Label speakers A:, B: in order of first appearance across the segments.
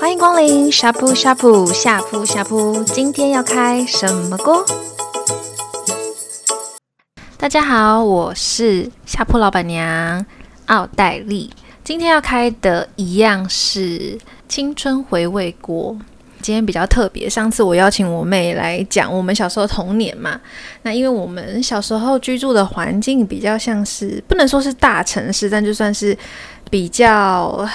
A: 欢迎光临呷哺呷哺下铺下铺，今天要开什么锅？大家好，我是下铺老板娘奥黛丽。今天要开的一样是青春回味锅。今天比较特别，上次我邀请我妹来讲我们小时候童年嘛。那因为我们小时候居住的环境比较像是，不能说是大城市，但就算是比较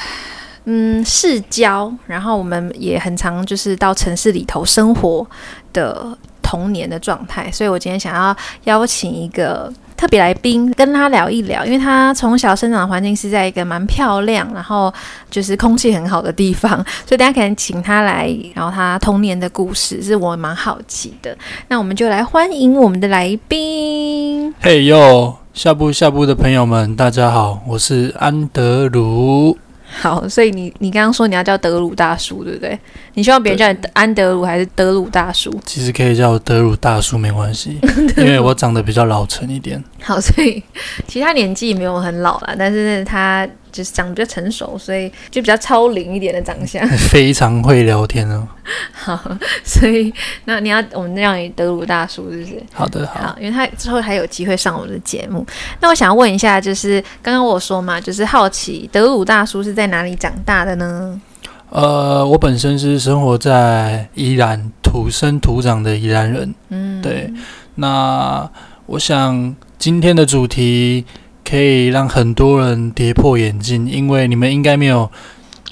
A: 嗯市郊。然后我们也很常就是到城市里头生活的童年的状态，所以我今天想要邀请一个特别来宾跟他聊一聊，因为他从小生长的环境是在一个蛮漂亮，然后就是空气很好的地方，所以大家可能请他来，然后他童年的故事是我蛮好奇的。那我们就来欢迎我们的来宾。
B: 嘿哟，下部下部的朋友们，大家好，我是安德鲁。
A: 好，所以你你刚刚说你要叫德鲁大叔，对不对？你希望别人叫你安德鲁还是德鲁大叔？
B: 其实可以叫我德鲁大叔没关系，因为我长得比较老成一点。
A: 好， 所以其实他年纪没有很老啦，但是他就是长得比较成熟，所以就比较超龄一点的长相。
B: 非常会聊天哦。
A: 好，所以那你要我们让你德鲁大叔是不是？
B: 好的，好，
A: 好，因为他之后还有机会上我们的节目。那我想问一下，就是刚刚我有说嘛，就是好奇德鲁大叔是在哪里长大的呢？
B: 呃，我本身是生活在宜兰土生土长的宜兰人。嗯，对。那我想今天的主题可以让很多人跌破眼镜，因为你们应该没有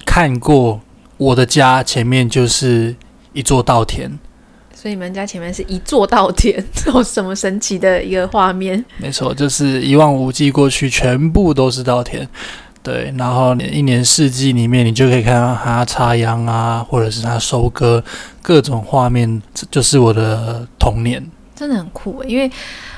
B: 看过我的家前面就是一座稻田。
A: 所以你们家前面是一座稻田，这 有什么神奇的一个画面？
B: 没错，就是一望无际，过去全部都是稻田。对，然后一年四季里面，你就可以看到它插秧啊，或者是它收割，各种画面，这就是我的童年。
A: 真的很酷欸耶，因为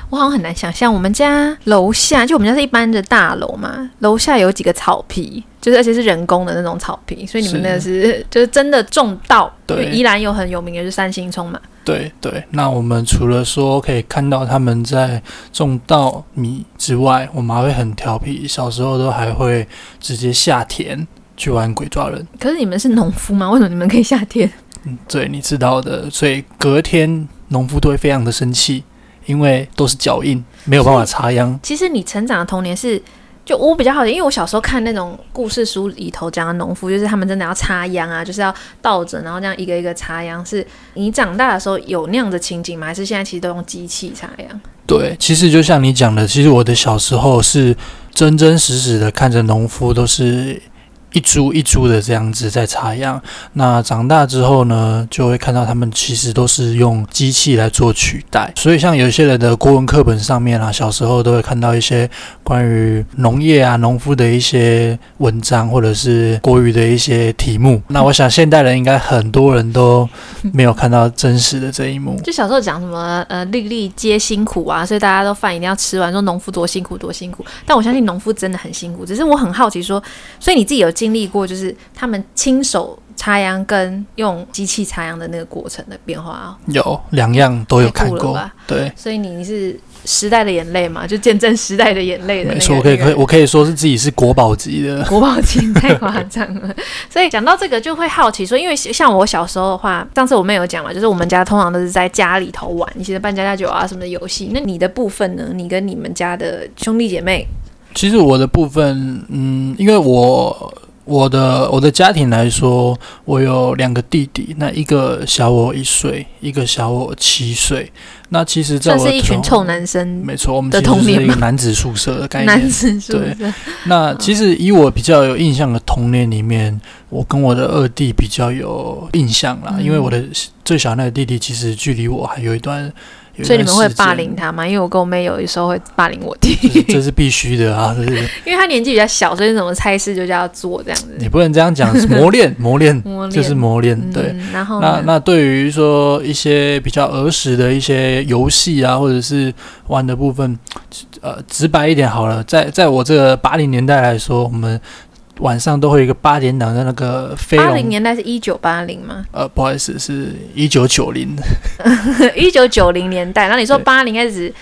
A: 我好像很难想象我们家楼下，就我们家是一般的大楼嘛，楼下有几个草皮，就是而且是人工的那种草皮，所以你们
B: 是
A: 那个是就是真的种稻。
B: 对
A: 因为宜兰有很有名的就是三星葱嘛，
B: 对对，那我们除了说可以看到他们在种稻米之外，我们还会很调皮，小时候都还会直接下田去玩鬼抓人。
A: 可是你们是农夫吗？为什么你们可以夏天？
B: 嗯，对，你知道的，所以隔天农夫都会非常的生气，因为都是脚印，没有办法插秧。
A: 其实你成长的童年是，就我比较好奇，因为我小时候看那种故事书里头讲的农夫，就是他们真的要插秧啊，就是要倒着，然后这样一个一个插秧。是你长大的时候有那样的情景吗？还是现在其实都用机器插秧？
B: 对，其实就像你讲的，其实我的小时候是真真实实的看着农夫都是一株一株的这样子在插秧。那长大之后呢，就会看到他们其实都是用机器来做取代。所以像有些人的国文课本上面啊，小时候都会看到一些关于农业啊、农夫的一些文章，或者是国语的一些题目。那我想现代人应该很多人都没有看到真实的这一幕。
A: 就小时候讲什么呃粒粒皆辛苦啊，所以大家都饭一定要吃完，说农夫多辛苦多辛苦。但我相信农夫真的很辛苦，只是我很好奇说，所以你自己有经历过就是他们亲手插秧跟用机器插秧的那个过程的变化哦。
B: 有两样都有
A: 太
B: 看
A: 酷了
B: 过
A: 吧，
B: 对。
A: 所以你是时代的眼泪嘛，就见证时代的眼泪的
B: 没
A: 那个。
B: 错，我可以
A: 那
B: 可
A: 个
B: 以，我可以说是自己是国宝级 的。
A: 国宝级太夸张了，所以讲到这个就会好奇说，因为像我小时候的话，上次我妹有讲嘛，就是我们家通常都是在家里头玩一些扮家家酒啊什么的游戏。那你的部分呢？你跟你们家的兄弟姐妹，
B: 其实我的部分，嗯，因为我我的我的家庭来说，我有两个弟弟，那一个小我一岁，一个小我七岁。那其实
A: 算
B: 在我
A: 是一群
B: 同
A: 臭，男生，
B: 没错，我们
A: 的
B: 其实
A: 童
B: 就是
A: 年
B: 一个
A: 吗
B: 男子宿舍的概念。
A: 男子是不是？
B: 那其实以我比较有印象的童年里面，我跟我的二弟比较有印象啦，
A: 嗯
B: 因为我的最小那个弟弟其实距离我还有一段，有 一
A: 所以你们
B: 段
A: 会
B: 时
A: 霸
B: 间
A: 凌他吗？因为我跟我妹有的时候会霸凌我弟，
B: 这这是必须的啊，这是
A: 因为他年纪比较小，所以怎么猜事就叫他做这样子。
B: 你不能这样讲，是磨练磨练
A: 摸
B: 就是
A: 脸
B: 磨练，
A: 嗯
B: 对。
A: 然后
B: 那
A: 呢？
B: 那对于说一些比较儿时的一些游戏啊，或者是玩的部分，呃，直白一点好了，在在我这个八零年代来说，我们晚上都会有一个八点档的那个飞
A: 八零
B: 龙，
A: 年代是一九八零吗？
B: 呃，不好意思，是一九九零，
A: 一九九零年代，那你说
B: 对
A: 八零开始，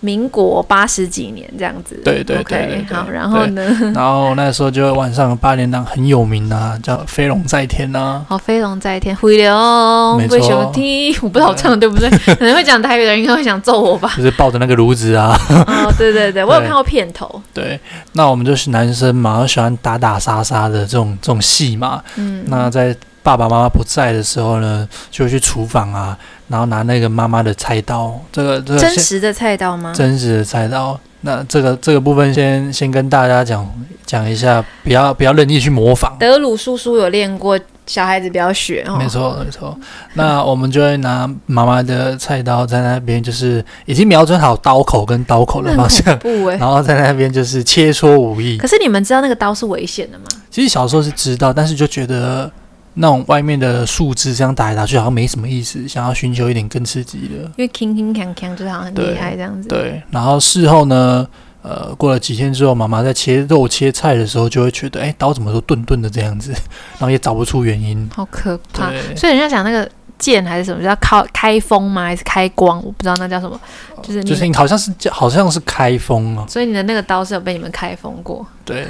A: 民国八十几年这样子。
B: 对对
A: OK，
B: 对对对
A: 好，然后呢？
B: 然后那时候就晚上八点档很有名啊，叫《飞龙在天》啊。
A: 好，飞龙在天，灰龙
B: 没错。
A: 为什么踢？我不知道我唱的对不对，可能会讲台语的人应该会想揍我吧
B: 就是抱着那个炉子啊，
A: 哦，对对对，我有看过片头，
B: 对，那我们就是男生嘛，都喜欢打打杀杀的这种这种戏嘛。
A: 嗯，
B: 那在爸爸妈妈不在的时候呢，就会去厨房啊，然后拿那个妈妈的菜刀，这个这个
A: 真
B: 现
A: 实的菜刀吗？
B: 真实的菜刀。那这个这个部分先先跟大家讲讲一下，不要不要任意去模仿。
A: 德鲁叔叔有练过，小孩子不要学哦。
B: 没错，没错。那我们就会拿妈妈的菜刀在那边，就是已经瞄准好刀口跟刀口的
A: 那
B: 方
A: 很恐
B: 向，
A: 怖哎、
B: 然后在那边就是切磋武艺。
A: 可是你们知道那个刀是危险的吗？
B: 其实小时候是知道，但是就觉得那种外面的树枝这样打来打去好像没什么意思，想要寻求一点更刺激的。
A: 因为 king king king king 就是好像很厉害这样子。
B: 对，然后事后呢，呃，过了几天之后，妈妈在切肉切菜的时候，就会觉得，哎，刀怎么都钝钝的这样子， 然后也找不出原因。
A: 好可怕。
B: 对，
A: 所以人家讲那个剑还是什么，叫靠开封吗？还是开光？我不知道那叫什么。就是你，
B: 就是好像是好像是开封啊，
A: 所以你的那个刀是有被你们开封过。
B: 对，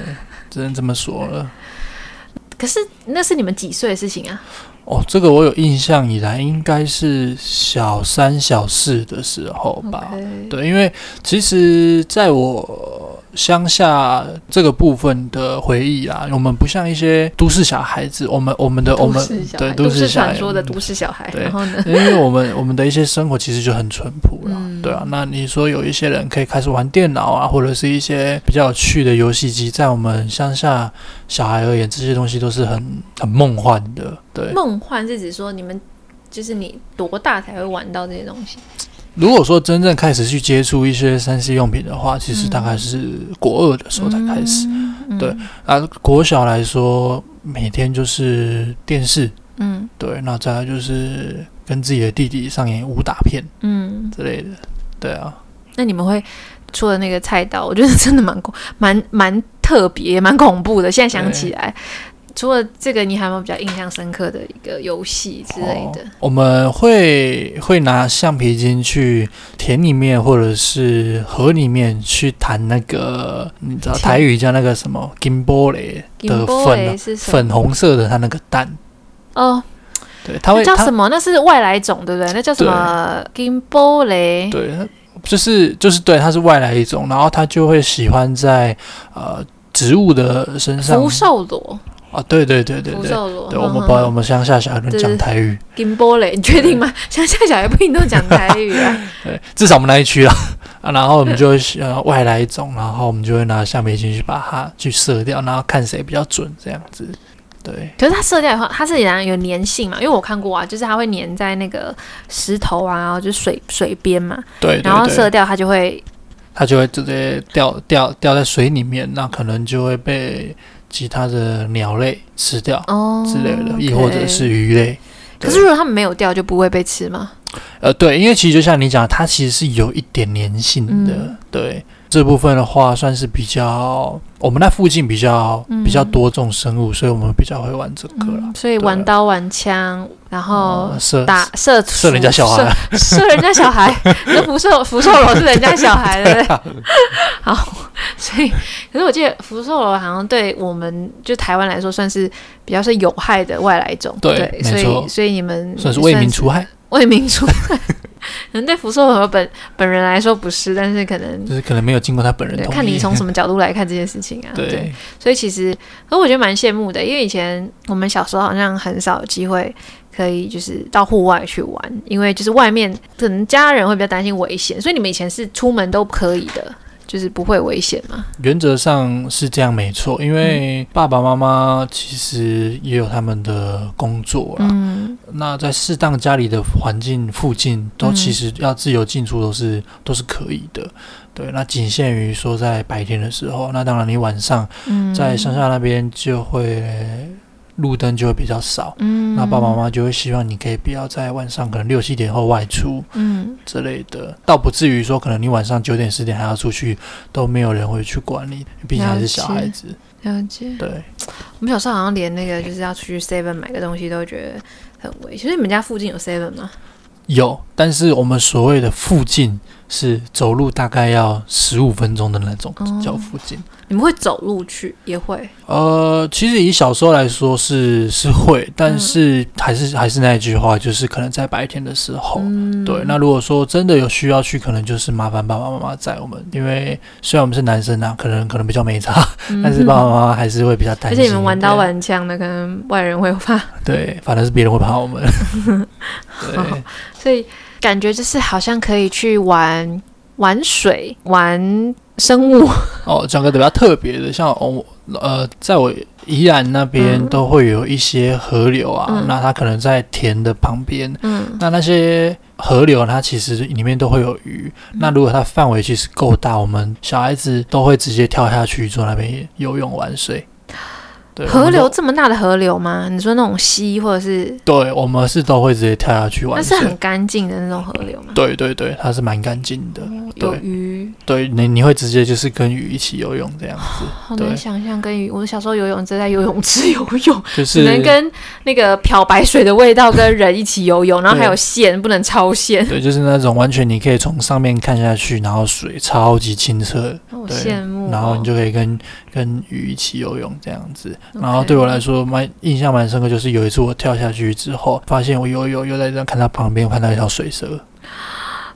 B: 只能这么说了。
A: 可是那是你们几岁的事情啊？
B: 哦，这个我有印象以来，应该是小三、小四的时候吧。
A: OK
B: 对，因为其实在我乡下这个部分的回忆啊，我们不像一些都市小孩子，我们我们的我
A: 都
B: 们
A: 市小
B: 对
A: 孩，都
B: 市
A: 市
B: 小
A: 传
B: 孩
A: 说的都市小孩。
B: 对
A: 然后呢？
B: 因为我们我们的一些生活其实就很淳朴啦，
A: 嗯
B: 对啊。那你说有一些人可以开始玩电脑啊，或者是一些比较有趣的游戏机，在我们乡下小孩而言，这些东西都是很很梦幻的。对，
A: 梦幻是指说你们就是你多大才会玩到这些东西？
B: 如果说真正开始去接触一些三 C 用品的话，其实大概是国二的时候才开始。
A: 嗯
B: 对，啊，国小来说，每天就是电视，
A: 嗯
B: 对，那再来就是跟自己的弟弟上演武打片
A: 嗯。
B: 之类的，对啊。
A: 那你们会出的那个菜刀，我觉得真的蛮恐蛮蛮特别，也蛮恐怖的。现在想起来，除了这个，你还有没有比较印象深刻的一个游戏之类的
B: 哦？我们会会拿橡皮筋去田里面或者是河里面去弹那个，你知道
A: 田
B: 台语叫那个什么金波雷的
A: Game
B: 粉
A: Boy
B: 啊
A: 是什么？
B: 粉红色的它那个蛋，
A: 哦，
B: 对，它
A: 那
B: 会
A: 叫
B: 它
A: 什么？那是外来种，对不对？那叫什么 Game Boy 嘞？
B: 对，它就是就是对，它是外来一种，然后它就会喜欢在呃植物的身上
A: 福寿螺，
B: 啊，对对对对
A: 福
B: 对，
A: 寿嗯螺。
B: 对我们把我们乡下小孩都
A: 对
B: 讲
A: 对
B: 台语，
A: Game Boy 嘞，你确定吗？ 乡下小孩不一定都讲台语啊。
B: 对，至少我们那一区啊，啊，然后我们就会呃外来一种，然后我们就会拿橡皮筋去把它去射掉，然后看谁比较准这样子，对。
A: 可是它射掉以后，它是然有粘性嘛？因为我看过啊，就是它会粘在那个石头啊，然后就是水水边嘛。
B: 对
A: 然后
B: 对
A: 射
B: 对，
A: 掉，它就会
B: 它就会直接掉掉掉在水里面，那可能就会被其他的鸟类吃掉
A: 哦
B: 之类的，亦、或者是。鱼类。
A: 可是如果它们没有掉，就不会被吃吗？
B: 呃，对，因为其实就像你讲，它其实是有一点粘性的。
A: 嗯
B: 对这部分的话，算是比较我们那附近比较、比较
A: 嗯
B: 多这种生物，所以我们比较会玩这个啦。
A: 所以
B: 对
A: 玩刀玩枪，然后
B: 呃射
A: 哦打射
B: 射人家小孩，
A: 射射人家小孩，那福寿福寿螺是人家小孩， 对
B: 啊
A: 不对？ 好，所以可是我记得福寿螺好像对我们就台湾来说算是比较是有害的外来种，
B: 对没
A: 所以
B: 错
A: 所以你们
B: 算是为民除害，
A: 为民除害， 可能对福寿螺本本人来说不是，但是可能
B: 就是可能没有经过他本人
A: 对，
B: 同意。
A: 看你 从什么角度来看这件事情啊。
B: 对，
A: 所以其实，可我觉得蛮羡慕的，因为以前我们小时候好像很少有机会可以就是到户外去玩，因为就是外面可能家人会比较担心危险，所以你们以前是出门都可以的，就是不会危险嘛。
B: 原则上是这样没错，因
A: 嗯
B: 为爸爸妈妈其实也有他们的工作啦。
A: 嗯，
B: 那在适当家里的环境附近，都
A: 嗯
B: 其实要自由进出都是都是可以的。对，那仅限于说在白天的时候，那当然你晚上
A: 嗯
B: 在乡下那边就会路灯就会比较少，
A: 嗯
B: 那爸爸妈妈就会希望你可以不要在晚上可能六七点后外出
A: 嗯，
B: 之类的，倒不至于说可能你晚上九点十点还要出去，都没有人会去管你，毕竟还是小孩子。
A: 了解。
B: 对，
A: 我们小时候好像连那个就是要出去 Seven 买个东西都觉得很危险，所以你们家附近有 Seven 吗？
B: 有但是我们所谓的附近是走路大概要十五分钟的那种
A: 哦
B: 叫附近。
A: 你们会走路去，也会
B: 呃，其实以小时候来说是是会，但是还是、还是那一句话，就是可能在白天的时候。
A: 嗯
B: 哦对，那如果说真的有需要去，可能就是麻烦爸爸妈妈载我们，因为虽然我们是男生啊，可能可能比较没差，但是爸爸妈妈还是会比较
A: 嗯
B: 担
A: 而
B: 心。
A: 且你们玩刀玩枪的，可能外人会怕，
B: 对，反正是别人会怕我们。对，
A: 所以感觉就是好像可以去玩玩水、玩生物，
B: 哦，讲个比较特别的，像哦，呃，在我宜兰那边
A: 嗯
B: 都会有一些河流啊，
A: 嗯
B: 那它可能在田的旁边，
A: 嗯
B: 那那些河流它其实里面都会有鱼，那如果它范围其实够大，我们小孩子都会直接跳下去坐那边游泳玩水。对，我
A: 河
B: 们都
A: 流这么大的河流吗？你说那种溪或者是
B: 对，我们是都会直接跳下去
A: 那
B: 玩
A: 是
B: 水。
A: 很干净的那种河流吗？
B: 对对对，它是蛮干净的。
A: 有
B: 对
A: 鱼，
B: 对你你会直接就是跟鱼一起游泳这样子，
A: 好
B: 对
A: 难想象跟鱼。我小时候游泳，只在游泳池游泳，
B: 就
A: 只
B: 是
A: 能跟那个漂白水的味道跟人一起游泳，然后还有线不能超线，
B: 对，就是那种完全你可以从上面看下去，然后水超级清澈，
A: 好
B: 对
A: 羡慕哦。
B: 然后你就可以跟跟鱼一起游泳这样子。
A: OK
B: 然后对我来说蛮印象蛮深刻，就是有一次我跳下去之后，发现我游一游游在这看到旁边我看到一条水蛇，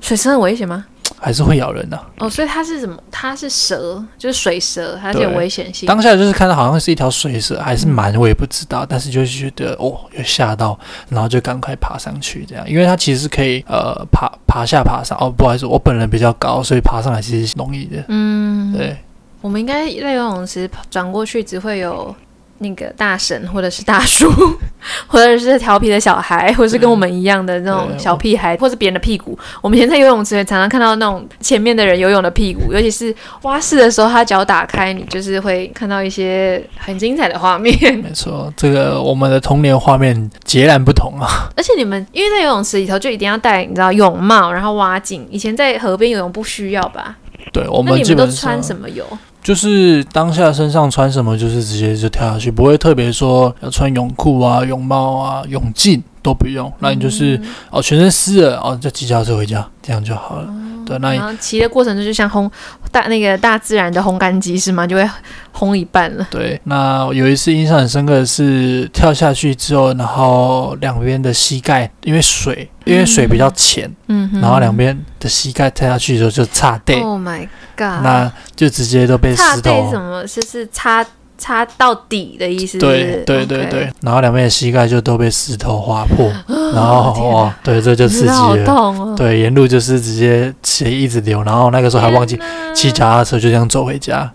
A: 水生很危险吗？
B: 还是会咬人的、啊
A: 哦，所以它是什么？它是蛇，就是水蛇，它是有
B: 对
A: 危险性。
B: 当下就是看到好像是一条水蛇，还是鳗，
A: 嗯
B: 我也不知道，但是就觉得哦有吓到，然后就赶快爬上去这样，因为它其实是可以呃爬爬下爬上。哦，不好意思，我本人比较高，所以爬上来其实是容易的。
A: 嗯，
B: 对，
A: 我们应该在游泳池转过去，只会有那个大婶或者是大叔， 或者是调皮的小孩，或者是跟我们一样的那种
B: 嗯对
A: 小屁孩，或是别人的屁股。我们以前在游泳池也常常看到那种前面的人游泳的屁股，尤其是蛙式的时候，他脚打开，你就是会看到一些很精彩的画面。
B: 没错，这个我们的童年画面截然不同 啊。
A: 而且你们因为在游泳池里头就一定要戴，你知道泳帽，然后蛙镜。以前在河边游泳不需要吧？
B: 对我
A: 那
B: 们
A: 你
B: 基
A: 们都
B: 本上
A: 穿什么游？
B: 就是当下身上穿什么，就是直接就跳下去，不会特别说要穿泳裤啊、泳帽啊、泳镜都不用。那你就是、
A: 嗯
B: 哦，全身湿了哦，就骑脚踏车回家，这样就好了。对，那你
A: 哦然后骑的过程中就像烘大那个大自然的烘干机是吗？就会烘一半了。
B: 对，那有一次印象很深刻的是跳下去之后，然后两边的膝盖因为水，因为水比较浅，
A: 嗯哼
B: 然后两边的膝盖跳下去的时候就擦地，
A: Oh my god！
B: 那就直接都被
A: 插
B: 石
A: 背
B: 头
A: 是什么？就是插插到底的意思是不
B: 对
A: 是。
B: 对对对，然后两边的膝盖就都被石头划破，然后
A: 啊天
B: 哇，对，这就刺
A: 知
B: 激
A: 道好
B: 了。
A: 痛哦。
B: 对，沿路就是直接血一直流，然后那个时候还忘记
A: 天哪
B: 骑脚踏车，就这样走回 家。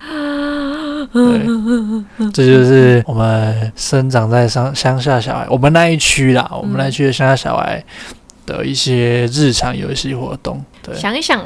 B: 对，这就是我们生长在乡乡下小孩，我们那一区
A: 嗯
B: 啦，我们那一区的乡下小孩的一些日常游戏活动。对，
A: 想一想，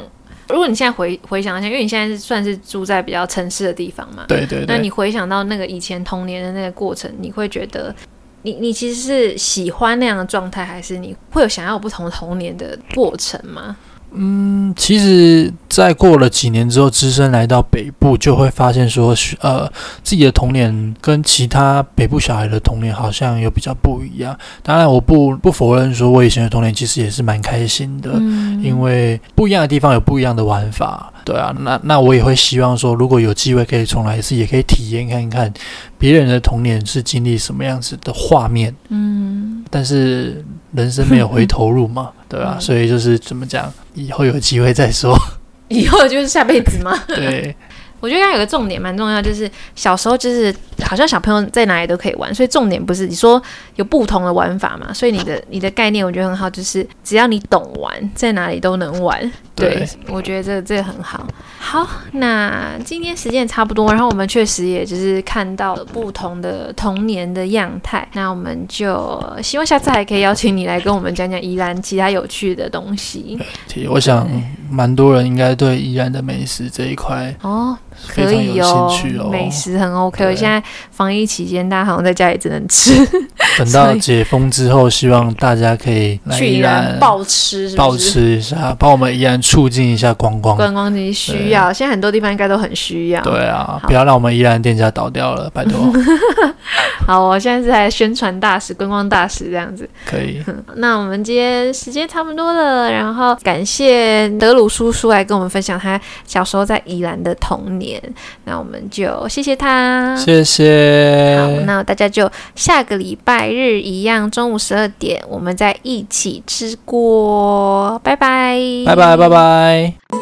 A: 如果你现在回回想一下，因为你现在是算是住在比较城市的地方嘛，
B: 对对
A: 那你
B: 对，
A: 回想到那个以前童年的那个过程，你会觉得你你其实是喜欢那样的状态，还是你会有想要有不同童年的过程吗？
B: 嗯，其实，在过了几年之后，只身来到北部，就会发现说，呃，自己的童年跟其他北部小孩的童年好像有比较不一样。当然，我不不否认说，我以前的童年其实也是蛮开心的。
A: 嗯
B: 呃因为不一样的地方有不一样的玩法，对啊，那那我也会希望说，如果有机会可以重来一次，也可以体验看看别人的童年是经历什么样子的画面。
A: 嗯，
B: 但是人生没有回头 路嘛，对啊，
A: 嗯
B: 所以就是怎么讲，以后有机会 再说。
A: 以后就是下辈子吗？
B: 对，
A: 我觉得刚刚有个重点蛮重要，就是小时候就是好像小朋友在哪里都可以玩，所以重点不是你说有不同的玩法嘛，所以你的你的概念我觉得很好，就是只要你懂玩，在哪里都能玩。对，
B: 对
A: 我觉得这这个很好。好，那今天时间也差不多，然后我们确实也就是看到了不同的童年的样态，那我们就希 望下次还可以邀请你来跟我们讲讲宜兰其他有趣的东西。
B: 我想蛮多人应该对宜兰的美食这一块
A: 哦，
B: 非
A: 可
B: 常
A: 以
B: 有
A: 哦
B: 兴趣哦。
A: 美食很 OK 哦。
B: 对
A: 现在防疫期间，大家好像在家里只能吃，
B: 等到
A: 所以
B: 解封之后，希望大家可以来
A: 去宜
B: 宜
A: 兰
B: 兰
A: 暴吃是不是，
B: 暴吃一下，帮我们宜兰促进一下观光。
A: 观光局需要，现在很多地方应该都很需要。
B: 对啊，
A: 好
B: 不要让我们宜兰店家倒掉了，拜托。
A: 好，我现在是在宣传大使、观光大使这样子。
B: 可以，
A: 那我们今天时间差不多了，然后感谢德鲁叔叔来跟我们分享他小时候在宜兰的童年。那我们就谢谢他。
B: 谢谢。
A: 好，那大家就下个礼拜日一样，中午十二点，我们再一起吃锅。拜拜，
B: 拜拜，拜拜。